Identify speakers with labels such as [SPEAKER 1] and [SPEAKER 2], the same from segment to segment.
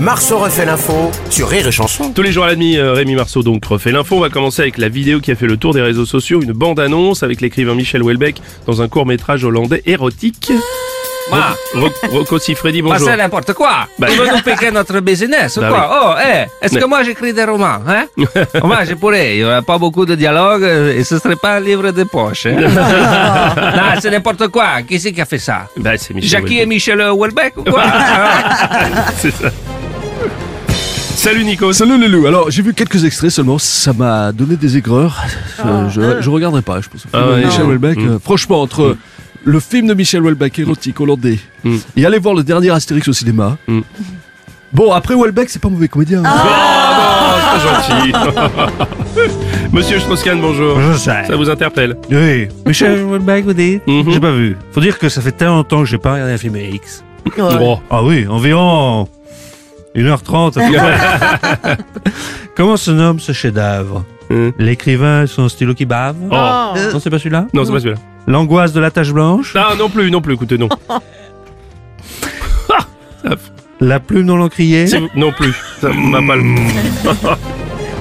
[SPEAKER 1] Marceau refait l'info sur Rire et Chanson.
[SPEAKER 2] Tous les jours à la demi, euh, Rémi Marceau donc refait l'info. On va commencer avec la vidéo qui a fait le tour des réseaux sociaux, une bande-annonce avec l'écrivain Michel Houellebecq dans un court-métrage hollandais érotique.
[SPEAKER 3] Ah.
[SPEAKER 2] Ro- Ro- Rocco
[SPEAKER 4] Ah,
[SPEAKER 2] Siffredi, bonjour.
[SPEAKER 3] Passez n'importe quoi
[SPEAKER 2] Bah,
[SPEAKER 3] Ils veulent nous piquer notre business ou
[SPEAKER 2] Bah
[SPEAKER 3] quoi Oh, eh, est-ce
[SPEAKER 2] Mais-
[SPEAKER 3] que moi j'écris des romans hein Moi je pourrais, il n'y aurait pas beaucoup de dialogue euh, et ce serait pas un livre de poche. hein. non, c'est n'importe quoi. Qui c'est qui a fait ça
[SPEAKER 2] Bah, c'est Michel
[SPEAKER 3] Jackie et
[SPEAKER 2] Houellebecq.
[SPEAKER 3] Michel Houellebecq ou quoi Ah.
[SPEAKER 2] C'est ça. Salut Nico.
[SPEAKER 5] Salut les loups. Alors j'ai vu quelques extraits seulement, ça m'a donné des aigreurs. Je, je, je regarderai pas, je pense. au film
[SPEAKER 2] Ah
[SPEAKER 5] de
[SPEAKER 2] ouais.
[SPEAKER 5] Michel
[SPEAKER 2] Non.
[SPEAKER 5] Houellebecq,
[SPEAKER 2] Mm.
[SPEAKER 5] euh, franchement entre euh, le film de Michel Houellebecq érotique hollandais
[SPEAKER 2] Mm.
[SPEAKER 5] et aller voir le dernier Astérix au cinéma.
[SPEAKER 2] Mm.
[SPEAKER 5] Bon après Houellebecq c'est pas mauvais comédien. hein.
[SPEAKER 2] Oh, c'est pas
[SPEAKER 4] Ah.
[SPEAKER 2] gentil. Monsieur Strauss-Kahn, bonjour.
[SPEAKER 6] Je sais.
[SPEAKER 2] Ça vous interpelle
[SPEAKER 6] Oui. Michel Houellebecq, vous dites
[SPEAKER 2] Mhm.
[SPEAKER 6] J'ai pas vu. Faut dire que ça fait tellement longtemps que j'ai pas regardé un film X.
[SPEAKER 4] Oh.
[SPEAKER 2] Bon.
[SPEAKER 5] Oh.
[SPEAKER 6] Ah oui, environ 1h30. Comment se nomme ce chef-d'œuvre
[SPEAKER 2] Hein
[SPEAKER 6] L'écrivain et son stylo qui bave
[SPEAKER 2] Oh.
[SPEAKER 6] Non, c'est pas celui-là
[SPEAKER 2] Non, c'est pas celui-là.
[SPEAKER 6] L'angoisse de la tache blanche
[SPEAKER 2] Ah, non plus, non plus, écoutez, non.
[SPEAKER 6] La plume dans l'encrier
[SPEAKER 2] C'est- Non plus. Ça m'a mal.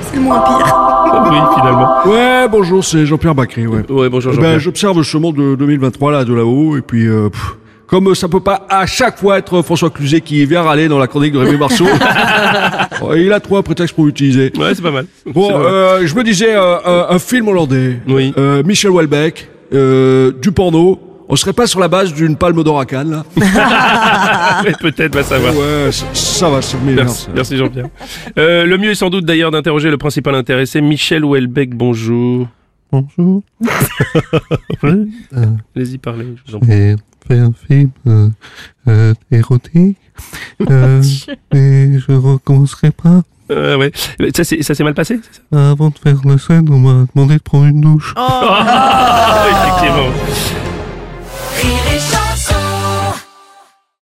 [SPEAKER 4] C'est le moins pire.
[SPEAKER 2] Oui, finalement.
[SPEAKER 5] Ouais bonjour c'est Jean-Pierre Bacry. Ouais.
[SPEAKER 2] Ouais, bonjour
[SPEAKER 5] Eh ben,
[SPEAKER 2] Jean-Pierre.
[SPEAKER 5] j'observe ce monde de 2023 là de là-haut et puis euh, pff, comme euh, ça peut pas à chaque fois être euh, François Cluzet qui vient râler dans la chronique de Rémi Marceau, euh, il a trois prétextes pour l'utiliser.
[SPEAKER 2] Ouais, c'est pas mal.
[SPEAKER 5] Bon,
[SPEAKER 2] C'est pas mal.
[SPEAKER 5] euh, je me disais, euh, un, un film hollandais,
[SPEAKER 2] Oui.
[SPEAKER 5] euh, Michel Houellebecq, euh, du porno, on serait pas sur la base d'une palme d'or à Cannes, là
[SPEAKER 2] Ouais, Peut-être, va savoir.
[SPEAKER 5] euh, Ouais, c- ça va, c'est meilleur.
[SPEAKER 2] Merci, merci Jean-Pierre. Euh, le mieux est sans doute d'ailleurs d'interroger le principal intéressé, Michel Houellebecq, bonjour.
[SPEAKER 6] Bonjour.
[SPEAKER 2] Allez-y, parlez, je vous en prie.
[SPEAKER 6] Et fait un film euh, euh, érotique. Euh, et je recommencerai pas.
[SPEAKER 2] Euh, ouais. Ça s'est ça s'est mal passé c'est ça
[SPEAKER 6] Avant de faire le scène, on m'a demandé de prendre une douche.
[SPEAKER 2] Ah, Effectivement.